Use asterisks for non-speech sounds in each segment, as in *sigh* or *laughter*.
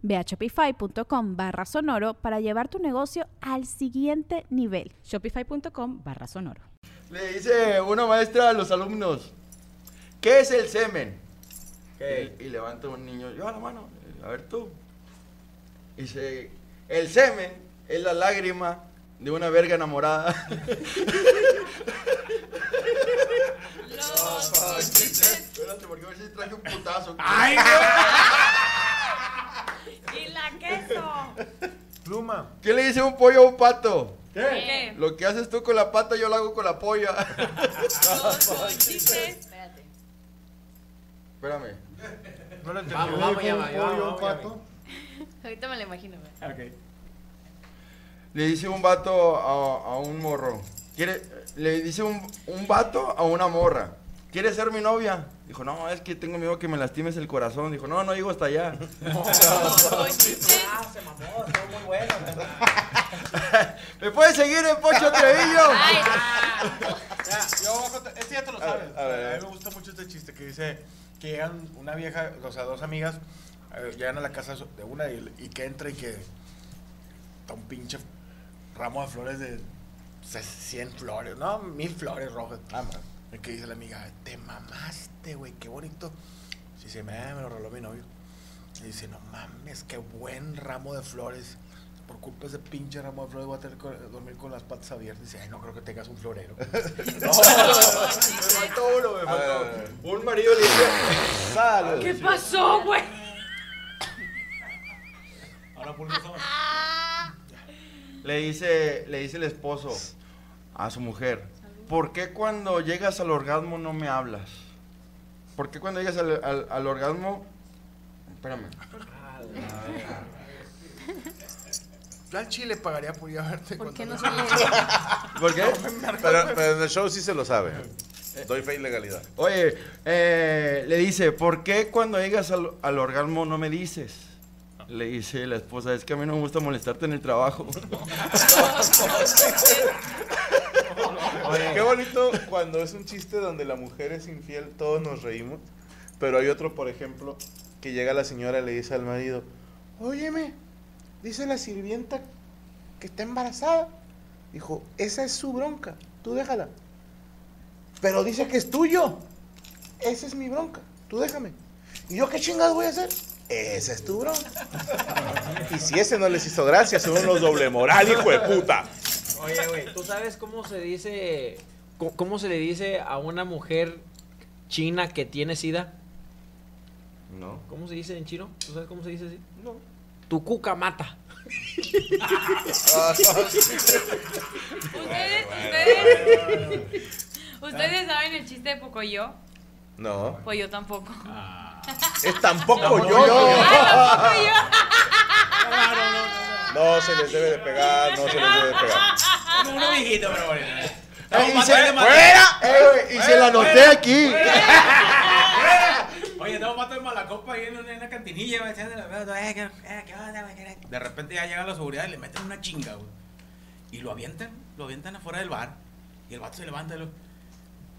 Ve a shopify.com barra sonoro para llevar tu negocio al siguiente nivel. Shopify.com barra sonoro. Le dice una maestra a los alumnos, ¿qué es el semen? Y, y levanta un niño, yo a la mano, a ver tú. Dice, el semen es la lágrima de una verga enamorada. Espérate, porque a ver si traje un putazo. Y la queso. Pluma. ¿Qué le dice un pollo a un pato? ¿Qué? Lo que haces tú con la pata, yo lo hago con la polla. Espérate. Espérame. No lo entendí. Vamos, Le vamos, dijo ya un va, ya pollo va, a un vamos, ya pato. Ahorita me lo imagino. güey. Ok. Le dice un vato a, a un morro. ¿Quiere, le dice un, un vato a una morra. ¿Quieres ser mi novia? Dijo, no, es que tengo miedo que me lastimes el corazón. Dijo, no, no llego hasta allá. Ah, se mamó, estuvo muy bueno. ¿Me puedes seguir en Pocho Trevillo? Ay, ah. Ya, yo voy a contar- Este ya te lo A ver, sabes. a A, ver, a ver. mí me gusta mucho este chiste que dice que llegan una vieja, o sea, dos amigas, eh, llegan a la casa so- de una y, y que entra y que está un pinche ramo de flores de se- 100 flores, ¿no? Mil flores rojas. Ah, Y que dice la amiga, te mamaste, güey, qué bonito. Sí, sí, me, me lo regaló mi novio. Y dice, no mames, qué buen ramo de flores. Por culpa de ese pinche ramo de flores voy a tener que dormir con las patas abiertas. Dice, ay, no creo que tengas un *laughs* florero. Me faltó uno, me faltó uno. Un marido le dice, "Sal". ¿Qué pasó, güey? Ahora por eso. Le dice, le dice el esposo a su mujer, ¿por qué cuando llegas al orgasmo no me hablas? ¿Por qué cuando llegas al, al- al orgasmo... Espérame. Plan Pues, Chile pagaría por ir a verte. cuando ¿Por qué no me- se le ¿Por qué? *laughs* Pero, pero en el show sí se lo sabe. Doy fe y legalidad. Oye, eh, le dice, ¿por qué cuando llegas al, al orgasmo no me dices? Le dice la esposa, es que a mí no me gusta molestarte en el *laughs* trabajo. Qué bonito cuando es un chiste donde la mujer es infiel, todos nos reímos. Pero hay otro, por ejemplo, que llega la señora y le dice al marido: Óyeme, dice la sirvienta que está embarazada. Dijo: Esa es su bronca, tú déjala. Pero dice que es tuyo. Esa es mi bronca, tú déjame. ¿Y yo qué chingados voy a hacer? Esa es tu bronca. y si ese no les hizo gracia, son unos doble moral, hijo de puta. Oye, güey, ¿tú sabes cómo se dice, co- cómo se le dice a una mujer china que tiene sida? No. ¿Cómo se dice en chino? ¿Tú sabes cómo se dice así? No. Tu cuca mata. Ustedes, ustedes. Ustedes saben el chiste de Pocoyo. No. Pues yo tampoco. Es tampoco yo. No se les debe de pegar, no se les debe de pegar. No, viejito, pero bueno. Eh, y se, *laughs* ¡Fuera! eh, güey, y se la noté aquí. Oye, estamos pato de Malacopa ahí en una, en una cantinilla, me echan de la verdad, eh, ¿qué, eh, qué onda, güey? ¿Qué- qué? De repente ya llega la seguridad y le meten una chinga, güey. Y lo avientan, lo avientan afuera del bar. Y el vato se levanta y lo...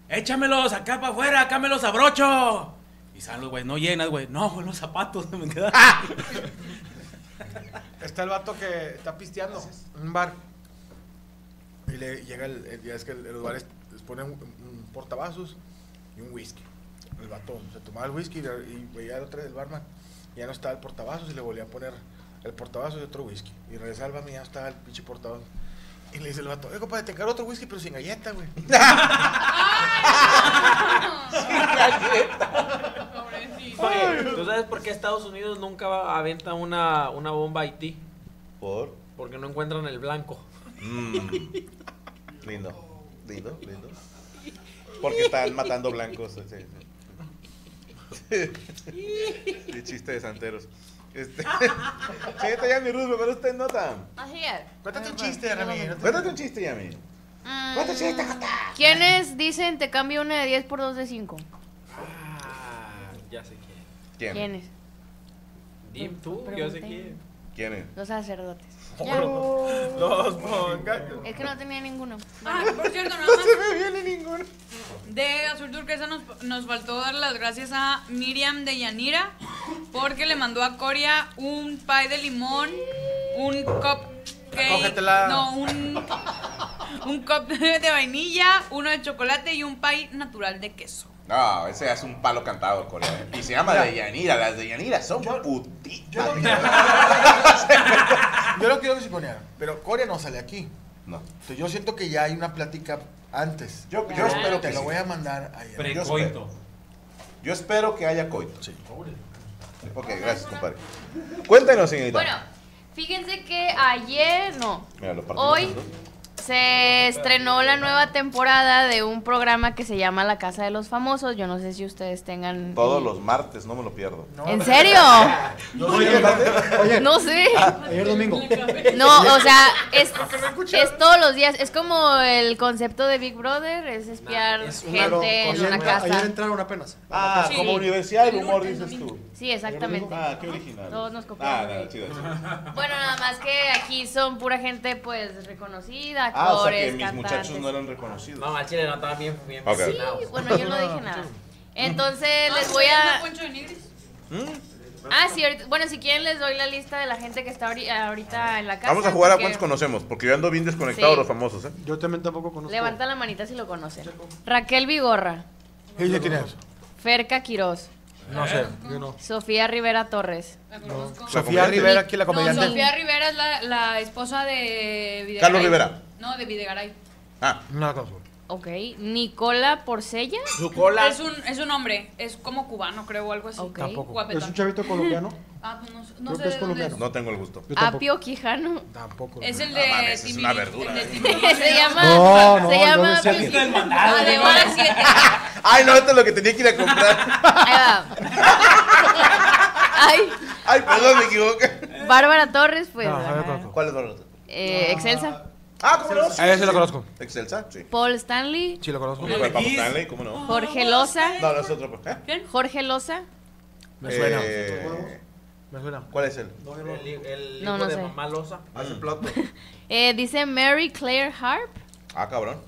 ¡Échamelos acá para afuera, acá me los abrocho! Y salen los güeyes, no llenas, güey. No, güey, los zapatos *laughs* se me quedan. *laughs* Está el vato que está pisteando en un bar. Y le llega el, el- ya es que el- los bares les ponen un, un portavasos y un whisky. El vato se tomaba el whisky y, y veía al otro del barman. Ya no estaba el portavasos y le volvía a poner el portavasos y otro whisky. Y regresaba al barman y ya *laughs* no estaba el pinche portavasos. Y le dice el vato, eh, compadre, te encargo otro whisky, pero sin galleta, güey. Estados Unidos nunca va- avienta una, una bomba a Haití Por. mm, porque no encuentran el blanco. Lindo. Lindo, lindo. Porque están matando blancos. sí, sí. El chiste de santeros. Este. *laughs* Síguete, Yami Rus, pero usted nota. Así es. Cuéntate un chiste, Rami. no te- Cuéntate un chiste, Yami. Mm, Cuéntate un chiste, Jota. ¿Quiénes dicen te cambio una de 10 por dos de 5? Ah, ya sé quién. ¿Quién? ¿Quiénes? Dim, tú, Pregunté. yo sé *laughs* quién. ¿Quién es? Los sacerdotes. Los mongas. Es que no tenía ninguno. *laughs* Ah, por cierto, nada más. me viene ninguno. De Azul Turquesa nos, nos faltó dar las gracias a Miriam de Yanira porque le mandó a Coria un pie de limón, un cupcake, Cógetela. no, un, un cup de vainilla, uno de chocolate y un pie natural de queso. No, ese es un palo cantado, Corea. Y se llama Deyanira. Las Deyanira son putitas. Yo lo quiero psiconear, pero Corea no sale aquí. No. Entonces yo siento que ya hay una plática antes. Yo, yo Yo espero espero que te lo sí. voy a mandar ayer. Precoito. Yo espero que haya coito. Sí. Ok, gracias, compadre. Cuéntanos, señorita. Bueno, fíjense que ayer, no, Mira, lo partimos hoy en dos. se estrenó la nueva temporada de un programa que se llama La Casa de los Famosos. Yo no sé si ustedes tengan... Todos los martes, no me lo pierdo. ¿En serio? No sé. Ayer domingo. No, o sea, es, es todos los días. Es como el concepto de Big Brother, es espiar Nah, es una Claro, gente en ayer, una ayer casa. entraron apenas. Ah, Sí. como universidad del humor, El lunes, dices tú. Sí, exactamente. Ah, qué original. Todos nos Ah, copiamos. no, chido, chido. *laughs* Bueno, nada más que aquí son pura gente pues reconocida, actores, Ah, o sea que mis cantantes. muchachos no eran reconocidos. No, al chile no estaba bien, bien Ok. cocinado. Sí, bueno, yo no dije nada. Entonces les voy a Poncho de Nigris? Ah, sí, ahorita- bueno, si quieren les doy la lista de la gente que está ahori- ahorita en la casa. Vamos a jugar a porque cuántos conocemos, porque yo ando bien desconectado de Sí. los famosos, ¿eh? Yo también tampoco conozco. Levanta la manita si lo conocen. Raquel Vigorra, ¿Y ya quién es? Ferca Quiroz, No sé. Yo no. Sofía Rivera Torres. La conozco. Sofía Rivera, aquí la No, comediante. Sofía Rivera es la, la esposa de Videgaray. Carlos Rivera. No, de Videgaray. Ah, No, no, no. Ok, Nicola Porcella. Su cola. Es un, es un hombre, es como cubano, creo, o algo así. Ok. Tampoco. Guapetón. Es un chavito colombiano. Ah, pues no, no Creo sé que es de dónde colombiano. no tengo el gusto. Yo tampoco. Apio Quijano. *laughs* Tampoco. Es el No de mames, Ah, es una Timmy. verdura, eh. se llama. No, no, se yo llama decía Apio que- Quijano. Ah, de Hora Siete. Ay, no, esto es lo que tenía que ir a *laughs* comprar. Ahí va. Ay, Ay, perdón, me equivoqué. Bárbara Torres, pues. No, ajá. no conozco. ¿Cuál es Bárbara? Eh, Excelsa. Ah, ¿cómo no? A ese lo conozco. Excelsa, sí. Paul Stanley. Sí, lo conozco. Oye, Papo Stanley, ¿cómo no? Jorge Loza. No, no es otro. ¿eh? Jorge Loza. Me suena. Eh, Me suena. ¿Cuál es él? El, el No, hijo no de sé. mamá losa. Hace plato. Eh, dice Mary Claire Harp. Ah, cabrón.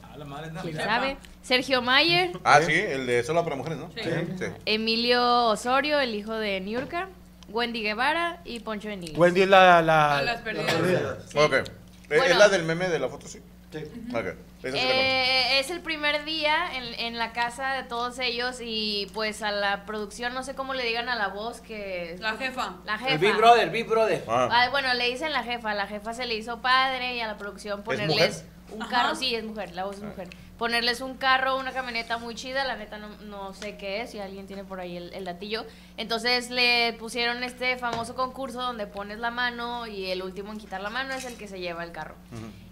¿Quién sabe? Sergio Mayer. *laughs* Ah, sí, el de Solo para Mujeres, ¿no? Sí. sí. Emilio Osorio, el hijo de Niurka. Wendy Guevara y Poncho de Nigris. Wendy es la. A las la... perdidas. Ok. Eh, ¿Es Bueno. la del meme de la foto, sí? Sí. Ok. Esa sí la conozco. Eh, es el primer día en, en la casa de todos ellos y pues a la producción, no sé cómo le digan a la voz que... La jefa. La jefa. El Big Brother, Big Brother. Ah. Ah, bueno, le dicen la jefa, a la jefa se le hizo padre y a la producción ponerles un Ajá. carro, sí, es mujer, la voz es Ah. mujer. Ponerles un carro, una camioneta muy chida, la neta no, no sé qué es, si alguien tiene por ahí el, el latillo. Entonces le pusieron este famoso concurso donde pones la mano y el último en quitar la mano es el que se lleva el carro.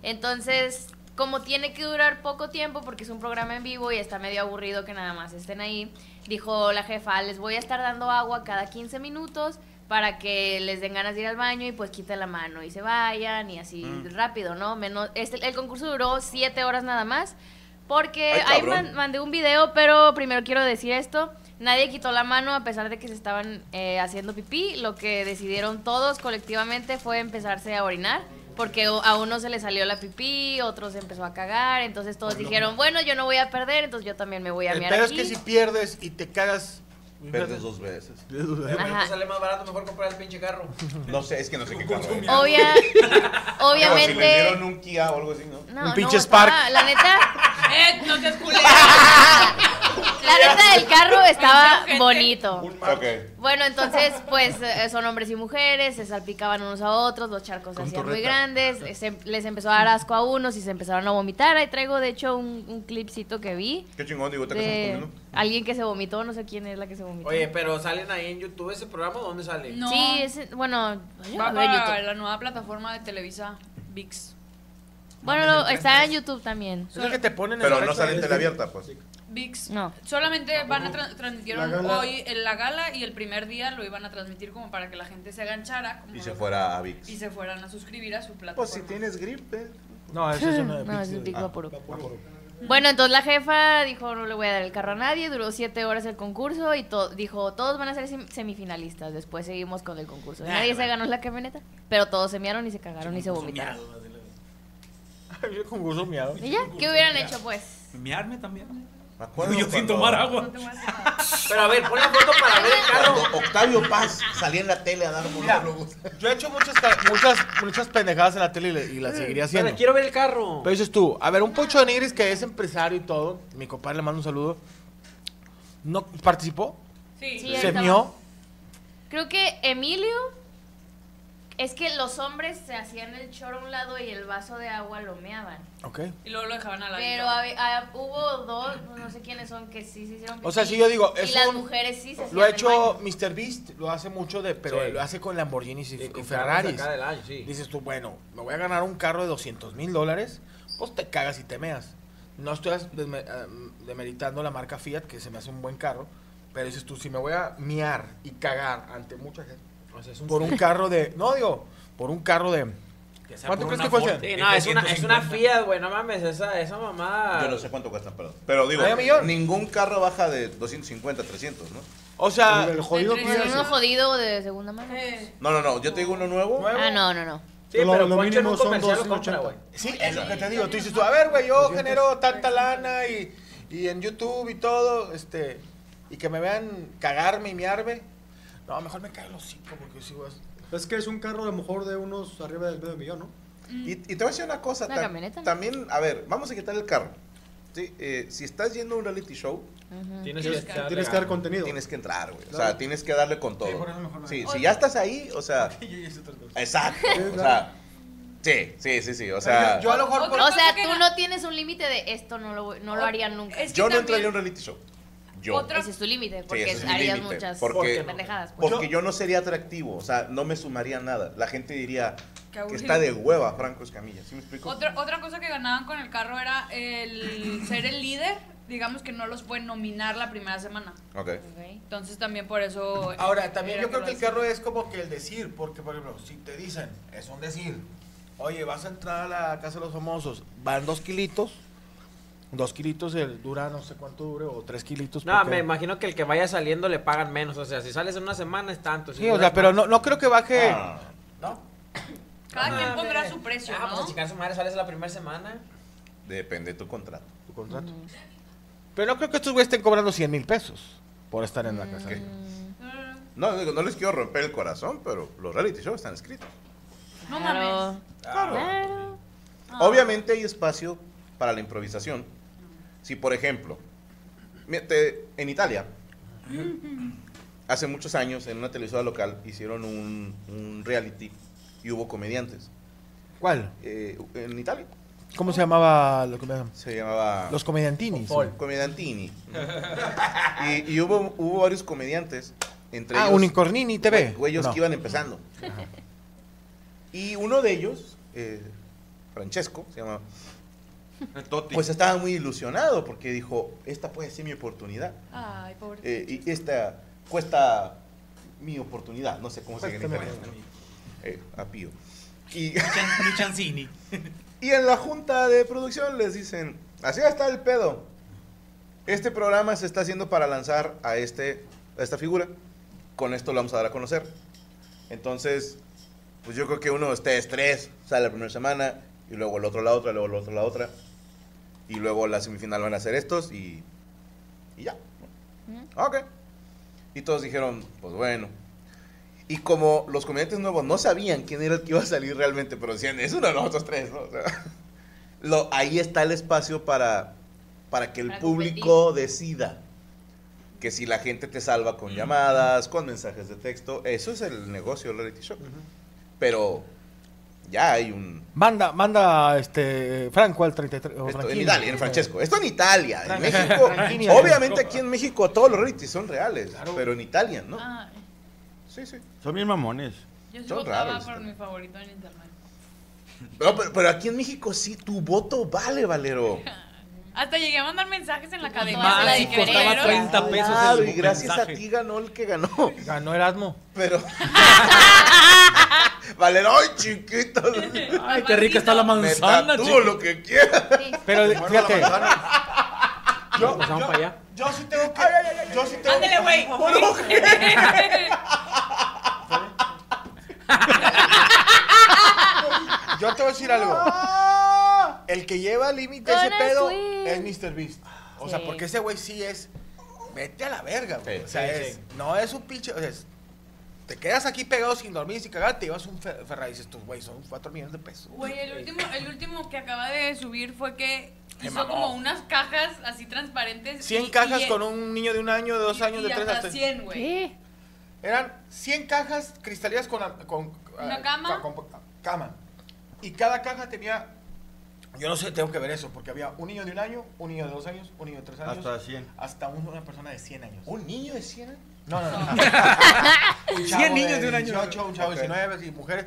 Entonces, como tiene que durar poco tiempo porque es un programa en vivo y está medio aburrido que nada más estén ahí, dijo la jefa, les voy a estar dando agua cada 15 minutos para que les den ganas de ir al baño y pues quiten la mano y se vayan y así Mm. rápido, ¿no? Menos este, el concurso duró 7 horas nada más porque Ay, ahí cabrón. man- mandé un video, pero primero quiero decir esto. Nadie quitó la mano a pesar de que se estaban eh, haciendo pipí. Lo que decidieron todos colectivamente fue empezarse a orinar. Porque o- a uno se le salió la pipí, otro se empezó a cagar. Entonces todos dijeron, bueno, yo no voy a perder, entonces yo también me voy a El mear pedo es aquí. que si pierdes y te cagas. Verdes dos veces. Eh, pero Ajá. te sale más barato, mejor comprar el pinche carro. No sé, es que no sé qué carro es. *laughs* *laughs* Obvia- Como si le *laughs* obviamente... dieron un Kia o algo así, ¿no? No, Un no, pinche *laughs* estaba- Spark. La neta, ¡Eh! ¡No seas culero! la neta del carro estaba Pinche ojete. bonito. Ok. Bueno, entonces, pues eh, son hombres y mujeres, se salpicaban unos a otros, los charcos se Con hacían muy torreta. grandes, eh, se- les empezó a dar asco a unos y se empezaron a vomitar. Ahí traigo, de hecho, un, un clipcito que vi Qué chingón, digo, te de comiendo. alguien que se vomitó, no sé quién es la que se vomitó. Oye, pero salen ahí en YouTube ese programa, ¿o ¿dónde sale? No. Sí, ese- bueno, Va a ver para YouTube. la nueva plataforma de Televisa, VIX. Bueno, Mames, lo- entonces. está en YouTube también. Es el que te ponen en Pero la no recta sale en de- teleabierta, pues. VIX. No. Solamente van a tra- transmitieron La gala. hoy en la gala y el primer día lo iban a transmitir como para que la gente se aganchara. como Y se lo- fuera a Y VIX. se fueran a suscribir a su plataforma. Pues si tienes gripe. No, eso es una de *laughs* No, es Pixie. un Big Vaporub. Vaporub. Bueno, entonces la jefa dijo, no le voy a dar el carro a nadie, duró siete horas el concurso y to- dijo, todos van a ser sem- semifinalistas, después seguimos con el concurso. Ah, Nah, nadie se bueno. ganó la camioneta, pero todos se mearon y se cagaron y se vomitaron. Ay, Yo con gusto miado. ¿Y ya? ¿Qué hubieran hecho pues? Mearme también. Me acuerdo Yo sin cuando- tomar agua. Pero a ver, pon la foto para ver el carro. Cuando Octavio Paz salía en la tele a dar monólogos. Yo he hecho muchas, ca- muchas, muchas pendejadas en la tele y, le- y las seguiría haciendo. Pero quiero ver el carro. Pero dices tú, a ver, un pocho de Nigris que es empresario y todo, mi compadre le manda un saludo, no participó, Sí. Sí, se ahorita mió, Creo que Emilio, es que los hombres se hacían el choro a un lado y el vaso de agua lo meaban. ok. Y luego lo dejaban a la Pero a ve- a- hubo dos, no sé quiénes son, que sí se hicieron O sea, pipí, si yo digo, y es las un- mujeres sí se Lo ha hacían el hecho baño. Mr. Beast, lo hace mucho, de, pero Sí. lo hace con Lamborghinis y, Sí, y con carros Ferraris. acá del año, sí. Dices tú, bueno, me voy a ganar un carro de 200 mil dólares, pues te cagas y te meas. No estoy as- desme- ah, demeritando la marca Fiat, que se me hace un buen carro, pero dices tú, si me voy a miar y cagar ante mucha gente, O sea, es un por un carro de, no digo, por un carro de... que sea ¿Cuánto por crees una que Ford cueste? Sí, Eh, no, es una, es una F150. Fiat, güey, no mames, esa, esa mamada. Yo no sé cuánto cuestan, perdón. Pero digo, ¿Medio millón? ningún carro baja de 250, 300, ¿no? O sea, El jodido Entre que sí, es. Uno jodido de segunda mano. Eh, No, no, no. Yo te digo uno nuevo. Ah, no, no, no. Sí, Lo- pero lo Poncho en mínimo un son comercial lo 280. compra, güey. Sí, es lo que te digo. Tú dices tú, a ver, güey, yo genero tanta lana y, y en YouTube y todo, este, y que me vean cagarme y miarme. No, mejor me caen los cinco porque yo sigo así. Es que es un carro a lo mejor de unos arriba del medio millón, ¿no? Y, y te voy a decir una cosa. Una tam- camioneta. También, a ver, vamos a quitar el carro. Sí, eh, si estás yendo a un reality show, Tienes Tienes estar Tienes que dar contenido. tienes que entrar, güey. O Claro. sea, tienes que darle con todo. por eso mejor no. Sí, si ya estás ahí, o sea. Exacto. O sea. Sí, sí, sí, sí. O sea. yo a lo mejor. Otra por- O cosa sea, que tú na- no tienes un límite de esto, no lo, voy- no lo haría nunca. es que Yo no también- entraría a un reality show. Yo. Otra- Ese es tu límite, porque ese es mi harías límite, muchas porque- pendejadas. pues. Porque yo no sería atractivo, o sea, no me sumaría nada. La gente diría Qué que aburrido. está de hueva Franco Escamilla, ¿sí me explico? Otra, otra cosa que ganaban con el carro era el ser el líder. Digamos que no los pueden nominar la primera semana. Ok. Ok. Entonces también por eso... eh, Ahora, también yo creo que el carro es... es como que el decir, porque, por ejemplo, si te dicen, es un decir, oye, vas a entrar a la casa de los famosos, van dos kilitos, dos kilitos el, dura no sé cuánto dure, o tres kilitos. No, porque- me imagino que el que vaya saliendo le pagan menos. O sea, si sales en una semana es tanto. si Sí, o duras sea, pero más- no, no creo que baje. Ah, Cada No quien mames. pondrá su precio, Ah, pues a ¿no? chingar su madre sales la primera semana. depende de tu contrato. tu contrato. Pero no creo que estos güeyes estén cobrando 100 mil pesos por estar en la casa. ¿Qué? No, digo, no les quiero romper el corazón, pero los reality shows están escritos. No Claro. mames. Claro. Obviamente hay espacio para la improvisación. Si, por ejemplo, mi- te- en Italia, hace muchos años, en una televisora local, hicieron un, un reality y hubo comediantes. ¿Cuál? Eh, en Italia ¿Cómo se llamaba lo que me- se llamaba... los comediantinis? Comediantini. y y hubo, hubo varios comediantes, entre Ah, ellos... Unicornini TV. güey- Güeyos No. que iban empezando. Y uno de ellos, eh, Francesco, se llama, Toti. pues estaba muy ilusionado porque dijo, esta puede ser mi oportunidad. Ay, pobre. Eh, y esta cuesta mi oportunidad. No sé cómo se dice en Cuéntame. italiano. ¿no? Eh, a Pío. Y, Chan- Mi chancini. *laughs* y en la junta de producción les dicen, así está el pedo. Este programa se está haciendo para lanzar a, este, a esta figura. Con esto lo vamos a dar a conocer. Entonces, pues yo creo que uno, ustedes tres, sale la primera semana, y luego el otro la otra, luego el otro la otra. Y luego la semifinal van a ser estos y, y ya. Ok. Y todos dijeron, pues bueno. Y como los comediantes nuevos no sabían quién era el que iba a salir realmente, pero decían, es uno de nosotros tres, ¿no? O sea, *laughs* lo- ahí está el espacio para, para que el Para público decida. que si la gente te salva con llamadas, con mensajes de texto, eso es el negocio del reality show. Pero ya hay un... Manda, manda este Franco al 33. o esto en Franchini. Italia, en Francesco. Esto en Italia. En Fran- México, Franchini. obviamente aquí en México todos los realities son reales, pero en Italia no. Ay, Sí, sí. Son bien mamones. Ah, yo sí Son votaba raros, por mi favorito en internet. No, pero, pero aquí en México sí, tu voto vale, Valero. Hasta llegué a mandar mensajes en la cadena. más, se la si dejé, costaba pero- 30 pesos el Claro, y gracias a mensaje. ti ganó el que ganó. *laughs* Ganó Erasmo. Pero. Valero, ay, chiquito. Ay, qué rica está la manzana, Tú chiquito. lo que quieras. Pero fíjate. Yo, yo- Yo sí tengo que. Yo sí tengo Ándale, güey. *laughs* *laughs* Yo te voy a decir algo. El que lleva al límite ese Gonna pedo swim. es Mr. Beast. O sea, Sí. porque ese güey sí es. Vete a la verga, güey. Sí, o sea, sí, es- sí. no es un pinche. o sea, es- te quedas aquí pegado sin dormir, sin cagar, te llevas un Fer- Ferrari y dices tú, güey, son 4 millones de pesos. Güey, el último, el último que acaba de subir fue que Se hizo mamó. como unas cajas así transparentes. 100 y- cajas y- con un niño de un año, de dos y- años, y de tres hasta hasta 100, güey. Eran 100 cajas cristaleras con, a- con, Una ah, cama. con- con- cama. Y cada caja tenía. Yo no sé, tengo que ver eso, porque había un niño de un año, un niño de dos años, un niño de tres años. Hasta 100. Hasta un- una persona de 100 años. ¿Un niño de 100 años? No, no, no. *laughs* Un 100 niños de un año. 18, un chavo de Ok. 19 y mujeres.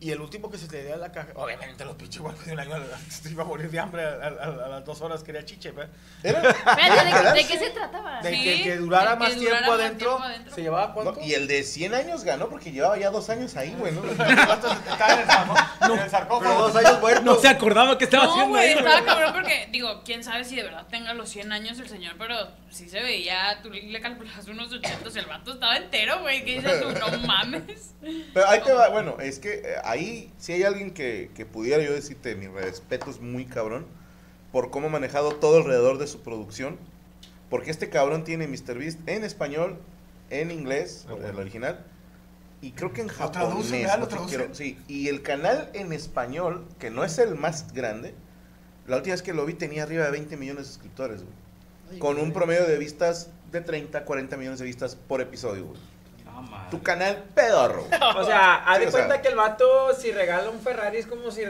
Y el último que se le dio a la caja, obviamente los pinches guapos de un año, *laughs* se iba a morir de hambre a, a- a las dos horas, quería chiche. ¿verdad? Espérate, ¿de, de qué se trataba? De que el que el durara que más durara tiempo más adentro, tiempo adentro. se llevaba cuánto? y el de 100 años ganó porque llevaba ya dos años ahí, güey. ¿no? Estaba en el sarcófago. *laughs* en el sarcófago. No se acordaba que estaba No, haciendo güey, ahí. estaba cabrón porque, digo, quién sabe si de verdad tenga los 100 años el señor, pero sí se veía, tú le calculas unos 800, el vato estaba entero, güey, que dices tú, *laughs* no mames. Pero ahí te va, bueno, es que eh, ahí si hay alguien que, que pudiera yo decirte, mi respeto es muy cabrón, por cómo ha manejado todo alrededor de su producción, porque este cabrón tiene Mr. Beast en español, en inglés, el original, y creo que en japonés, traducen, ¿verdad? Lo no te traducen. quiero- sí, y el canal en español, que no es el más grande, la última vez que lo vi tenía arriba de 20 millones de suscriptores, güey, con un promedio de vistas de 30, 40 millones de vistas por episodio, güey. Tu canal pedorro. güey. O sea, haz Sí, de o sea. cuenta que el vato, si regala un Ferrari, es como si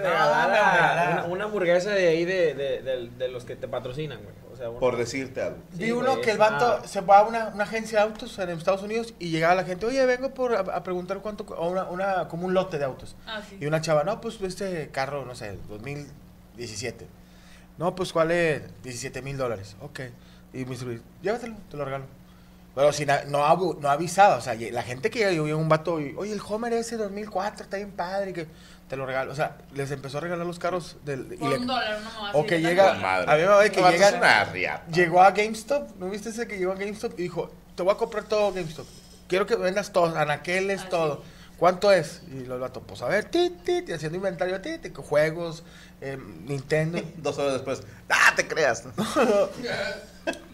regalara regala. una, una hamburguesa de ahí de, de, de- de los que te patrocinan, güey. O sea, una- Por decirte algo. Sí, Vi uno güey, que el es vato una- se va a una, una agencia de autos en Estados Unidos y llegaba la gente, oye, vengo por, a, a preguntar cuánto, cu- o una, una- como un lote de autos. Ah, sí. Y una chava, no, pues este carro, no sé, 2017. No, pues ¿cuál es? 17 mil dólares. Ok. Y me dice, llévatelo, te lo regalo. Pero si na- no, abu- no avisaba, o sea, ye- la gente que llega, yo vi un vato, y, oye, el Homer ese 2004 está bien padre, que te lo regalo. O sea, les empezó a regalar los carros del... y Por le- un dólar, no más. o que llega. madre. A mí me va a ver que No, llega. es una riata. Llegó a GameStop. ¿No viste ese que llegó a GameStop? Y dijo: Te voy a comprar todo GameStop. Quiero que vendas todo, anaqueles, Ah, todo. ¿Cuánto es? Y los vatos, pues a ver, tit, tit, y haciendo inventario, tit, y que juegos, eh, *laughs* Nintendo. Dos horas después, ¡ah, *laughs* te creas!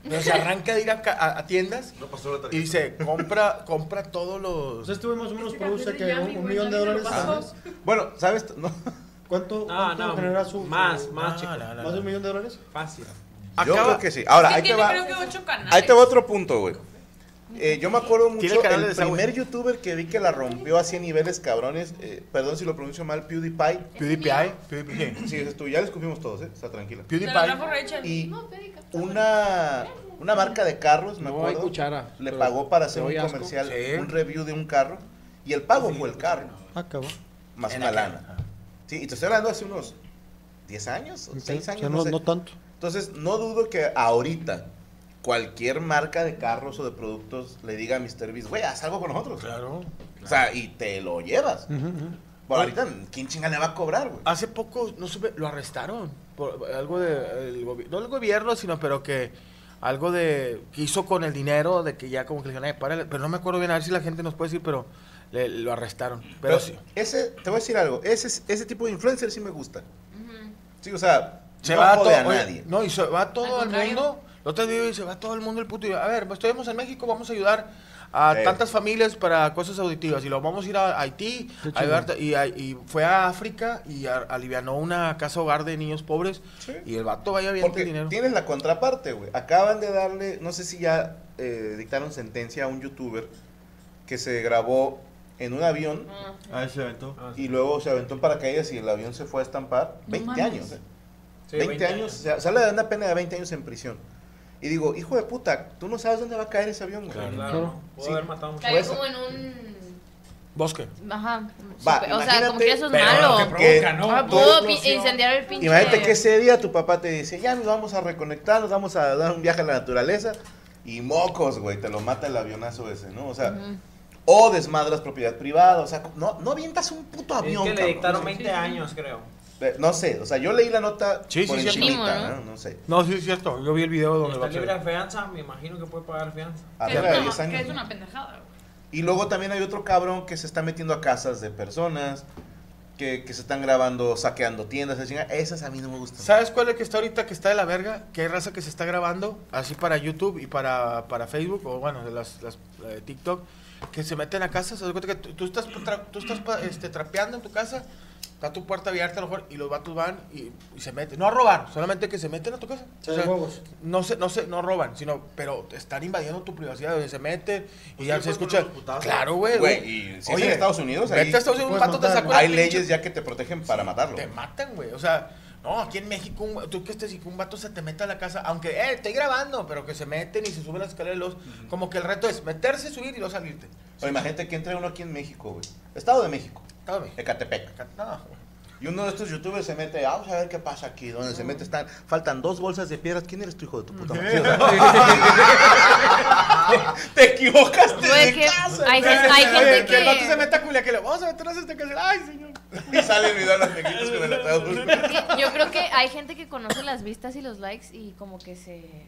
Pero se arranca de ir a, ca- a- a tiendas No pasó la y tarjeta. dice: Compra, compra todos los. Entonces tuve más o menos Este produce café que de un, Yami, un güey, millón de nadie dólares. lo al pasó. mes. Bueno, ¿sabes? No. ¿Cuánto, No, cuánto no. generará su más, su- Ah, más, no, chico. no, no. más de un millón de dólares? Fácil. Yo Acaba- creo que sí. Ahora, ahí te tiene va. creo que 8 canales. Ahí te va otro punto, güey. Eh, yo me acuerdo Tiene mucho canal el de desagüe. primer youtuber que vi que la rompió así a niveles cabrones. eh, perdón si lo pronuncio mal, PewDiePie. PewDiePie. PewDiePie. Este Sí, es tú, ya les escupimos todos, ¿eh? Está tranquila. Te lo PewDiePie. trajo Rachel. Y No, Federica. una, una marca de carros, me No hay acuerdo, cuchara, le pero pagó para hacer te un doy asco. comercial, Sí. un review de un carro. Y el pago fue el carro, Ah, Acabó. más En una aquel- lana. Sí, y te estoy hablando hace unos 10 años, 6 años. no, sé. no tanto. Entonces, no dudo que ahorita cualquier marca de carros o de productos le diga a Mr. Beast, güey, haz algo con nosotros. Claro. O sea, y te lo llevas. Bueno, ahorita, ¿quién chinga le va a cobrar, güey? Hace poco, no supe, lo arrestaron por algo de, el gobi- no el gobierno, sino pero que algo de, que hizo con el dinero, de que ya como que le dijeron, "Ay, párale", pero no me acuerdo bien, a ver si la gente nos puede decir, pero le- lo arrestaron. Pero, Pero sí, ese, te voy a decir algo, ese, ese tipo de influencer sí me gusta. Sí, o sea, se no va jode a todo- oye, nadie. no, y se va Al todo el contrario. mundo Los otros viven y se va todo el mundo el puto. Y, a ver, pues estuvimos en México, vamos a ayudar a Sí. tantas familias para cosas auditivas. Y lo vamos a ir a Haití, Qué a ayudarte. Y, a- y fue a África y a- alivianó una casa hogar de niños pobres. Y el vato vaya bien Porque tienes la contraparte, güey. Acaban de darle, no sé si ya eh, dictaron sentencia a un youtuber que se grabó en un avión A ese evento. Ah. Ah, y luego se aventó en paracaídas y el avión se fue a estampar. 20 mames. años. eh. Sí, 20, 20 años. O sea, sale de una pena de 20 años en prisión. Y digo, hijo de puta, tú no sabes dónde va a caer ese avión, güey. Claro, claro. Pudo haber matado a mucha Cayó Por como en un. Bosque. Ajá. Va, super- o sea, como imagínate- que eso es Pero Pues malo. lo que provoca, ¿no? Ah, Todo pudo explosión. pi- incendiar el pinche. Imagínate que ese día tu papá te dice, ya nos vamos a reconectar, nos vamos a dar un viaje a la naturaleza. Y mocos, güey, te lo mata el avionazo ese, ¿no? O sea, o desmadras propiedad privada, o sea, no, no avientas un puto Es avión. que le cabrón. dictaron 20 años, creo. Eh, No sé, o sea, yo leí la nota Sí, sí, por cierto. encimita, Mínimo, ¿no? No sé. No, sí, es cierto. Yo vi el video donde Está va a ser. libre de fianza, me imagino que puede pagar fianza. A ver, a 10 Que años. es una pendejada. Y luego también hay otro cabrón que se está metiendo a casas de personas, que, que se están grabando, saqueando tiendas, esa chinga. esas a mí no me gustan. ¿Sabes cuál es el que está ahorita que está de la verga? Que hay raza que se está grabando así para YouTube y para, para Facebook o bueno, de las, las la de TikTok que se meten a casa, se da cuenta que tú, tú estás, tra- tú estás pa- este, trapeando en tu casa, está tu puerta abierta a lo mejor y los vatos van y, y se meten, no a robar, solamente que se meten a tu casa. Sí, huevos. no se, no se, no roban, sino pero te están invadiendo tu privacidad, donde se meten y ya se fue Pues con escucha. los putazos. Claro, güey. Güey, y si es en Estados Unidos, vete ahí a Estados Unidos, un puedes vato te matarlo. saca una Hay pinche- leyes ya que te protegen para matarlo. te matan, güey. O sea, no, aquí en México, un- tú que estés y que un vato se te meta a la casa, aunque, eh, estoy grabando, pero que se meten y se suben las escaleras, los- como que el reto es meterse, subir y no salirte. O imagínate que entre uno aquí en México, güey. Estado de México. Estado de México. Ecatepec. No, güey. Y uno de estos youtubers se mete, "Ah, vamos a ver qué pasa aquí, donde se mete, están, faltan dos bolsas de piedras. ¿Quién eres tu hijo de tu *laughs* puta madre? *laughs* Sí, o sea, Te equivocaste Güey, de que casa. hay gen- *laughs* hay gente Oye, el vato que- se meta a culia, que le vamos a meter a esta casa. Ay, señor. Y sale el video de las pequitas con el ataúd. Yo creo que hay gente que conoce las vistas y los likes y como que se.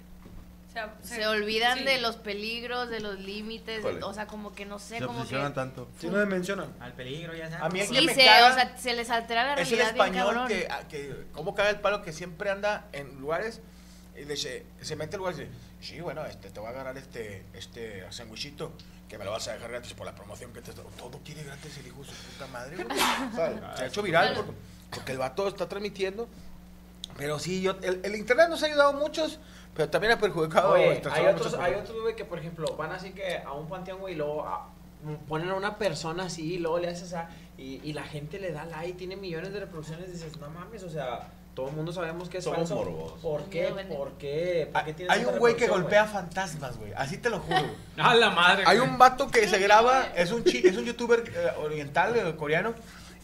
Se, olvidan sí. de los peligros, de los límites, de- Híjole. o sea, como que no sé, Se como que... obsesionan tanto. Si no me mencionan. Al peligro, ya A mí el que Sí, me se, caga o sea, se les altera la es el realidad bien español cabrón. que, a- que, ¿cómo caga el palo que siempre anda en lugares? Y le se, se mete en lugares y dice, sí, bueno, este, te voy a agarrar este, este sandwichito que me lo vas a dejar gratis por la promoción que te estoy... Todo quiere gratis el hijo de su puta madre, *laughs* güey. O sea, Se ha hecho viral por- porque, el vato está transmitiendo. Pero sí, yo, el, el internet nos ha ayudado a muchos, pero también ha perjudicado y Oye, hay trastornado a otros, muchas hay personas. otros, güey, que por ejemplo van así que a un panteón, güey, y luego a- ponen a una persona así, y luego le haces a. Y, y la gente le da like, tiene millones de reproducciones, y dices, no mames, o sea, todo el mundo sabemos que es Somos falso. morbosos. ¿Por qué? ¿Por qué? ¿Por qué tienes Ah, Hay tanta un güey que reproducción, golpea fantasmas, güey. Así te lo juro. A la madre. Hay güey. un vato que se graba, es un, chi- es un youtuber eh, oriental, eh, coreano,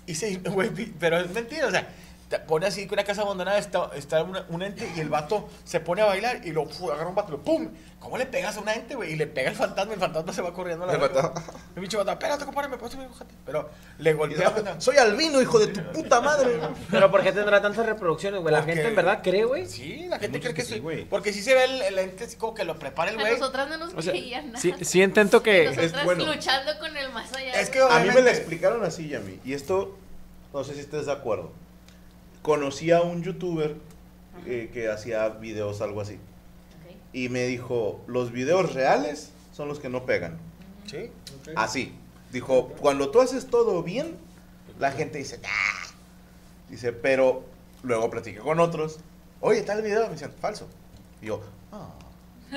y se, *laughs* güey, pi- pero es mentira, o sea, te pone así que una casa abandonada está, está una- un ente y el vato se pone a bailar y lo fu- agarra un vato, y lo pum, ¿cómo le pegas a un ente, güey? Y le pega el fantasma, el fantasma se va corriendo a la El verga. vato. El bicho vato, espérate, compadre, me puedes subir, ojete?" Pero le golpea. fantasma. Soy albino, hijo de tu puta madre. Pero ¿por qué tendrá tantas reproducciones, güey? La Porque- gente en verdad cree, güey. Sí, la gente cree que, que sí, soy, güey. porque si se ve el, el ente así como que lo prepara el A güey. nosotras no nos O sea, creían nada. sí, sí intento eh, que- Y Nosotras es bueno. luchando con el más allá. Es que güey. A mí me la obviamente- explicaron así, Yami. Y esto, no sé si estés de acuerdo. Conocí a un youtuber eh, que hacía videos, algo así. Ok. Y me dijo, los videos reales son los que no pegan. Sí. Así. Dijo, cuando tú haces todo bien, la gente dice, "Ah". Dice, pero luego platiqué con otros. Oye, tal video, me dicen, falso. Y yo, ah.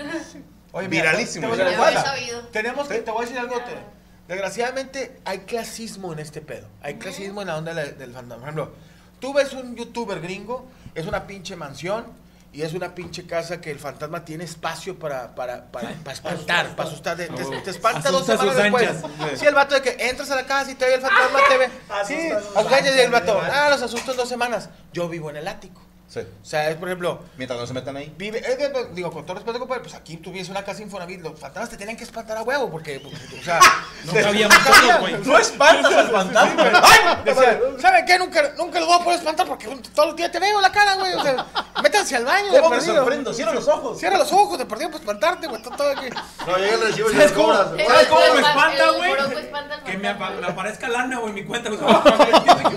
mira, Viralísimo. te voy a decir Ya lo he algo. sabido. Tenemos que, te voy a decir algo. te- desgraciadamente, hay clasismo en este pedo. Hay clasismo en la onda de la- del fandom. Por ejemplo, tú ves un youtuber gringo, es una pinche mansión y es una pinche casa que el fantasma tiene espacio para, para, para, para espantar, para asustar. Te, te- te espanta dos Asusta semanas sus después. anchas. Sí, el vato de que entras a la casa y te ve el fantasma, te ve. Sí, a sus anchas y el vato. Ah, los asustos dos semanas. Yo vivo en el ático. Sí. O sea, es por ejemplo, Mientras no se *laughs* metan ahí. Vive, eh, eh, eh, digo, con todo respeto, compadre, pues aquí tuviese una casa Infonavit, los fantasmas te tenían que espantar a huevo, porque, porque, o sea, No te- cabíamos no cabía. todos, güey. Tú espantas al fantasma. ¡Ay! Decía, ¿saben qué? Nunca, nunca lo voy a poder espantar porque todos los días te veo en la cara, güey. O sea, métanse al baño. de ¿Cómo me perdido. sorprendo? Cierra los ojos. Cierra los ojos, de perdido, pues espantarte, güey. Está todo *laughs* aquí. No, llega el recibo y ¿Sabes le cómo? cobras. Pero ¿Sabes cómo el- me el- espanta, el güey? joropo espanta al Que me, fantasma, apa- me güey. aparezca lana, güey, en mi cuenta. güey.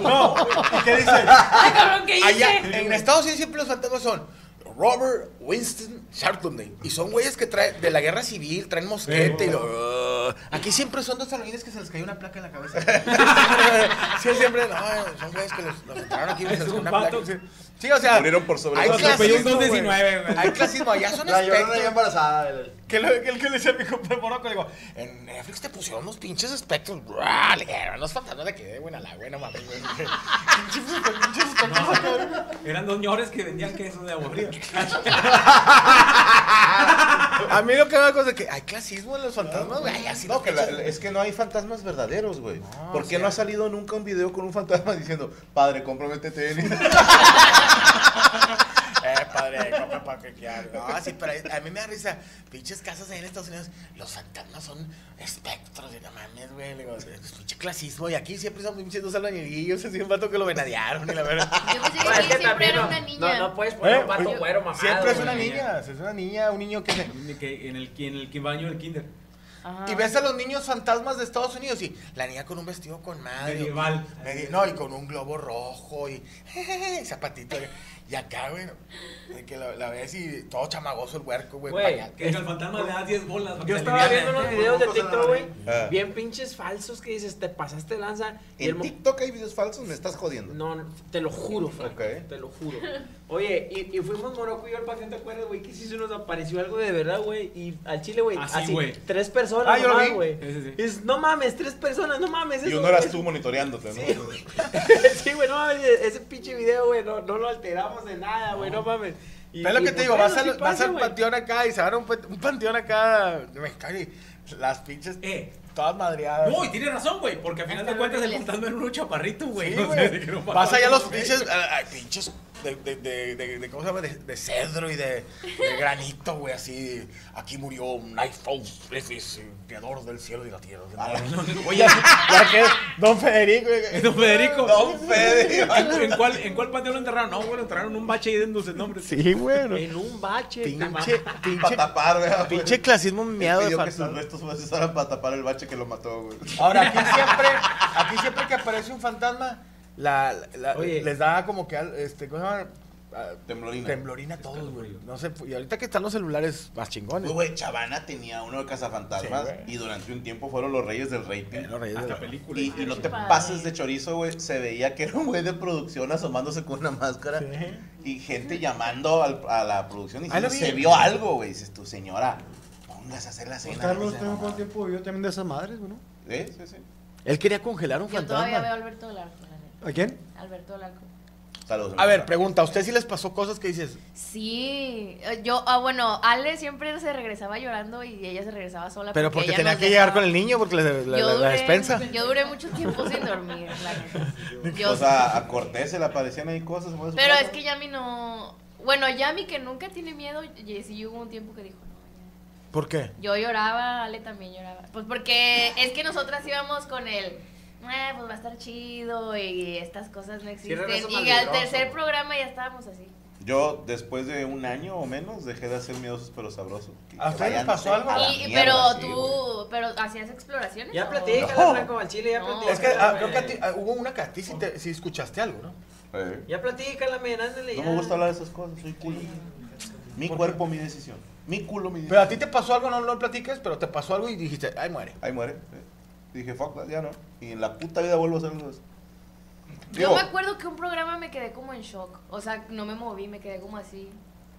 No, ¿qué dices? Ay, cabrón, ¿qué hice? Ah, Allá, en Estados Unidos siempre los fantasmas son. Robert Winston Sharpton. Y son güeyes que traen de la guerra civil, traen mosquete y lo- Aquí siempre son dos salvavidas que se les cayó una placa en la cabeza. *laughs* sí, siempre, no, son güeyes que los, los entraron aquí y se les cayó una placa. Sí, o sea. Murieron por Hay sobredosis. clasismo, güey. güey. Hay clasismo, allá son La llorona espectros. ya embarazada. Que lo- que el que le decía a mi compa Morocco, le digo, en Netflix te pusieron unos pinches espectros, brah, le dije, eran los fantasmas de que de buena la buena mames, güey. *laughs* Pinches- pinches espectros acá. Eran dos ñores que vendían queso de aburrido. A mí lo que me da cosa es que hay clasismo en los fantasmas, güey. Así No, los que la- pinches- es que no hay fantasmas verdaderos, güey. ¿Por o qué no sea- ha salido nunca un video con un fantasma *laughs* diciendo, padre, *laughs* comprométete en Eh, padre, compra para que quieras. No, sí, pero a mí me da risa. Pinches casas ahí en Estados Unidos, los fantasmas son espectros. Y no mames, güey. Le digo, es pinche clasismo. Y aquí siempre son pinches dos albañilillos. Así un vato que lo venadearon. Y la verdad. Yo pensé que Ah, Pues aquí es que siempre también era no- una niña. no- no puedes poner un vato ¿Eh? oye, güero mamado, Siempre es una güey. niña. Es una niña, un niño que se. Que en, el, en el que baño del kinder. Ajá. Y ves a los niños fantasmas de Estados Unidos y la niña con un vestido con madre. Medieval. Medi- no, y con un globo rojo y *laughs* jejeje, zapatito. Y acá, güey, de que la, la ves y todo chamagoso el huerco, güey. Güey, pañal. Que el fantasma le da 10 bolas. para Yo que estaba le aliviane. viendo unos videos de Por poco se TikTok, la güey. Ah. Bien pinches falsos que dices, te pasaste lanza. Y el En mo- TikTok hay videos falsos, me estás jodiendo. No, no, te lo juro, Frank. Ok. Te lo juro. Oye, y, y fuimos Morocco y yo al parque, ¿te acuerdas, güey? Que sí se nos apareció algo de verdad, güey. Y al chile, güey. Así, Así, Ah, güey. Tres personas, Ah, yo lo nomás, vi. güey. Sí, sí, sí. Y dices, no mames, tres personas, no mames. Y eso, uno eras güey". tú monitoreándote, ¿no? Sí, güey. *laughs* Sí, güey, no mames. e-, Ese pinche video, güey, no, no lo alteramos de nada, güey, no, mames. Y- Es lo y, que te pues, digo, vas, bueno, sí al, vas pasa, al güey. panteón acá y se van a un, pan- un panteón acá mexicano y las pinches Eh. todas madreadas. No, y tiene razón, güey, porque al final de cuentas el fantasma era un chaparrito, güey. Sí, *laughs* O sea, güey. de que no Vas allá a los mames. pinches, a- a- pinches de, de, de, de, de- ¿cómo se llama? De, de cedro y de, de granito, güey, así. Aquí murió un iPhone, ese es el creador del cielo y la tierra. Ah, *laughs* Oye, ya que Don Federico. Es *laughs* Don Federico. Don Federico. ¿En, en cuál, ¿En cuál panteón lo enterraron? No, güey, lo enterraron en un bache ahí dándose el nombre. Sí, güey. En un bache. te Pinche, Para pinche, tapar, ¿verdad? pinche clasismo Él miado de pidió que fantasma. sus restos se usaran para tapar el bache que lo mató, güey. Ahora, aquí siempre, aquí siempre que aparece un fantasma, la, la- Oye. les da como que, al- este, ¿cómo se llama? Ah, Temblorina. Temblorina a todos, güey. No sé, y ahorita que están los celulares más chingones. Güey, güey, Chavana tenía uno de cazafantasmas Sí, güey. y durante un tiempo fueron los reyes del rating. Los reyes de la- Hasta película. Y, y no te Padre. pases de chorizo, güey. Se veía que era un güey de producción asomándose con una máscara. Y gente llamando al- a la producción. Y Ah, lo diciendo, vi. se vio algo, güey. Dices tú, señora, póngase a hacer la Pues cena. Carlos, no sea tengo mamá". cuánto tiempo vivió también de esas madres, güey, ¿no? ¿Eh? Sí, sí. Él quería congelar un Yo todavía veo a fantasma. Alberto Larco. la neta. ¿A quién? Alberto Larco. Saludos. A ver, pregunta, ¿a usted sí les pasó cosas que dices? Sí, eh, yo, ah, bueno, Ale siempre se regresaba llorando y ella se regresaba sola. Pero porque ella tenía nos que llegar dejaba. con el niño, porque le- la, Yo la- la duré- despensa. Yo duré mucho tiempo sin dormir, la neta. *laughs* Yo- O sea, a Cortés se le aparecían ahí cosas. güey, pero su- es que Yami no. Bueno, Yami que nunca tiene miedo, y sí hubo un tiempo que dijo, no, ya". ¿Por qué? Yo lloraba, Ale también lloraba. Pues porque es que nosotras íbamos con el. "Ah, pues va a estar chido y estas cosas no existen. regreso Y al malvibroso. tercer programa ya estábamos así. Yo, después de un año o menos, dejé de hacer miedosos pero sabrosos. ¿A ustedes les Vayan pasó algo? a la Y- mierda, pero sí, güey. tú, pero hacías exploraciones. Ya o- platícala, No. Franco, al chile, ya No. platícala. Es que ah, creo güey. que a ti- ah, hubo una que a ti sí, te- sí escuchaste algo, ¿no? Eh. Ya platícala, men, ándale. No ya. me gusta hablar de esas cosas, soy culo. Mi cuerpo, mi decisión. Mi culo, mi Pero decisión. a ti te pasó algo, no lo platiques, pero te pasó algo y dijiste, ay, muere. Ahí muere. eh. Dije, fuck, that, ya no. Y en la puta vida vuelvo a hacer algo de eso. Yo Digo, me acuerdo que un programa me quedé como en shock. O sea, no me moví, me quedé como así.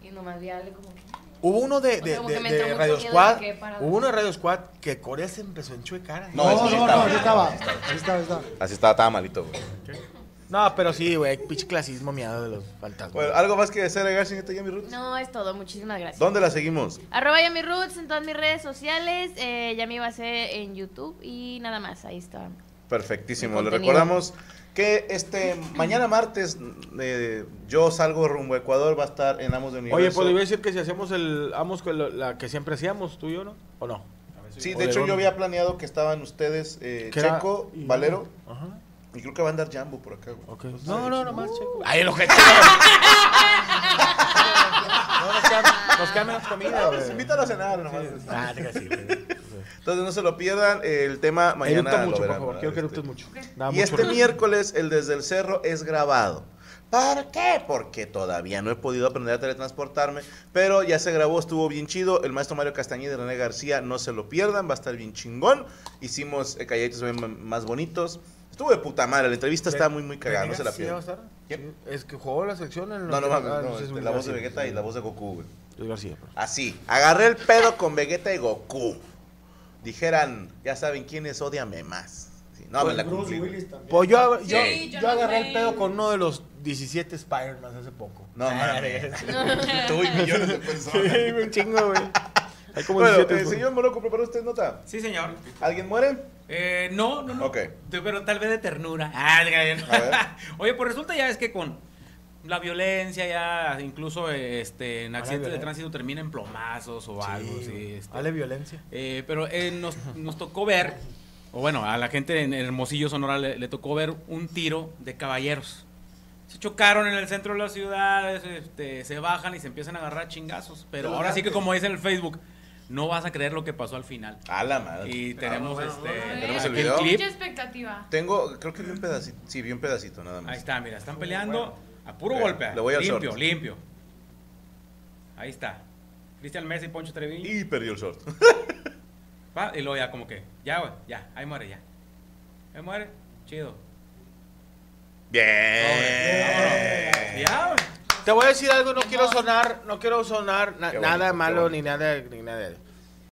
Y nomás vi a Ale como que. Hubo uno de, O de, sea, como de- que me de entró mucho Radio miedo de Squad. que para- Hubo uno de Radio Squad que Corea se empezó a enchuecar. No, es- No, sí no, no, estaba. ahí estaba. Ahí estaba, ahí estaba. Así estaba, estaba malito, güey. No, pero sí, güey. Pinche clasismo miado de los fantasmas. Bueno, algo más que desear, García, este Yami Roots. No, es todo. Muchísimas gracias. ¿Dónde la seguimos? Arroba Yami Roots en todas mis redes sociales. Eh, Yami va a ser en YouTube y nada más. Ahí está. Perfectísimo. El Le contenido. recordamos que este mañana martes eh, yo salgo rumbo a Ecuador, va a estar en Amos de Universo. Oye, podría decir que si hacemos el. Amos con lo- la que siempre hacíamos, tú y yo, ¿no? ¿O no? Sí, de Oye, hecho yo ¿dónde? había planeado que estaban ustedes, eh, Que era- Checo, y- Valero, Ajá. y creo que va a andar Jambo por acá, güey. Ok. No, no, nomás Checo. Ay, lo que No, nos queda, nos queda menos comida, güey. Invítanos a cenar, nomás. Ah, te casi, güey. Entonces no se lo pierdan, el tema mañana Erupta lo mucho, por verán, Este, favor. Quiero que ¿verdad? eruptes Ah, mucho. Da Y mucho este ruido. miércoles el Desde el Cerro es grabado. ¿Por qué? Porque todavía no he podido aprender a teletransportarme, pero ya se grabó, estuvo bien chido. El maestro Mario Castañeda y René García, no se lo pierdan, va a estar bien chingón. Hicimos eh, calladitos se ven m- más bonitos. Estuvo de puta madre, la entrevista está muy, muy cagada, no se la pierdan. Es que jugó la sección en No, no los- mames, ah, no, es este, muy la voz de gracioso. Vegeta y la voz de Goku, güey. Luis García, perdón. Así, agarré el pedo con Vegeta y Goku. Dijeran, ya saben quiénes odiame más. Sí, no, Ah, me la cumplí. güey. Pues yo, yo, Sí, yo yo agarré no el sé. pedo *laughs* con uno de los 17 Spider-Man hace poco. No, mames. Ah, *laughs* Tú y *laughs* millones de personas. *laughs* Sí, güey, un chingo, güey. Hay como bueno, 17, eh, güey. señor Moroco, ¿preparó usted nota? Sí, señor. ¿Alguien muere? Eh, no, no, no. Ok. Te- Pero tal vez de ternura. Ah, diga, ya no. *laughs* Oye, pues resulta ya es que con la violencia ya incluso eh, este en Ahora accidentes de violencia. tránsito termina en plomazos o algo así. este. Vale violencia. Eh, pero eh, nos, nos tocó ver, o bueno, a la gente en Hermosillo, Sonora, le, le tocó ver un tiro de caballeros. Se chocaron en el centro de las ciudades, este, se bajan y se empiezan a agarrar chingazos. De Pero los ahora sí que grandes. como dice en el Facebook, no vas a creer lo que pasó al final. A la madre. Ah, Y tenemos este ¿Tenemos el aquel video? clip. Mucha expectativa. Tengo, creo que vi un pedacito. Sí, vi un pedacito nada más. Ahí está, mira, están peleando a puro Ok, golpe. le voy al limpio, short. limpio. Ahí está. Cristian Mesa y Poncho Treviño. Y perdió el short. *laughs* Va, y luego ya como que, ya, güey, ya, ahí muere, ya. Ahí muere, chido. Bien. Ya, Te voy a decir algo, no quiero sonar, no quiero sonar na- Qué bonito, nada qué malo bonito. ni nada, ni nada.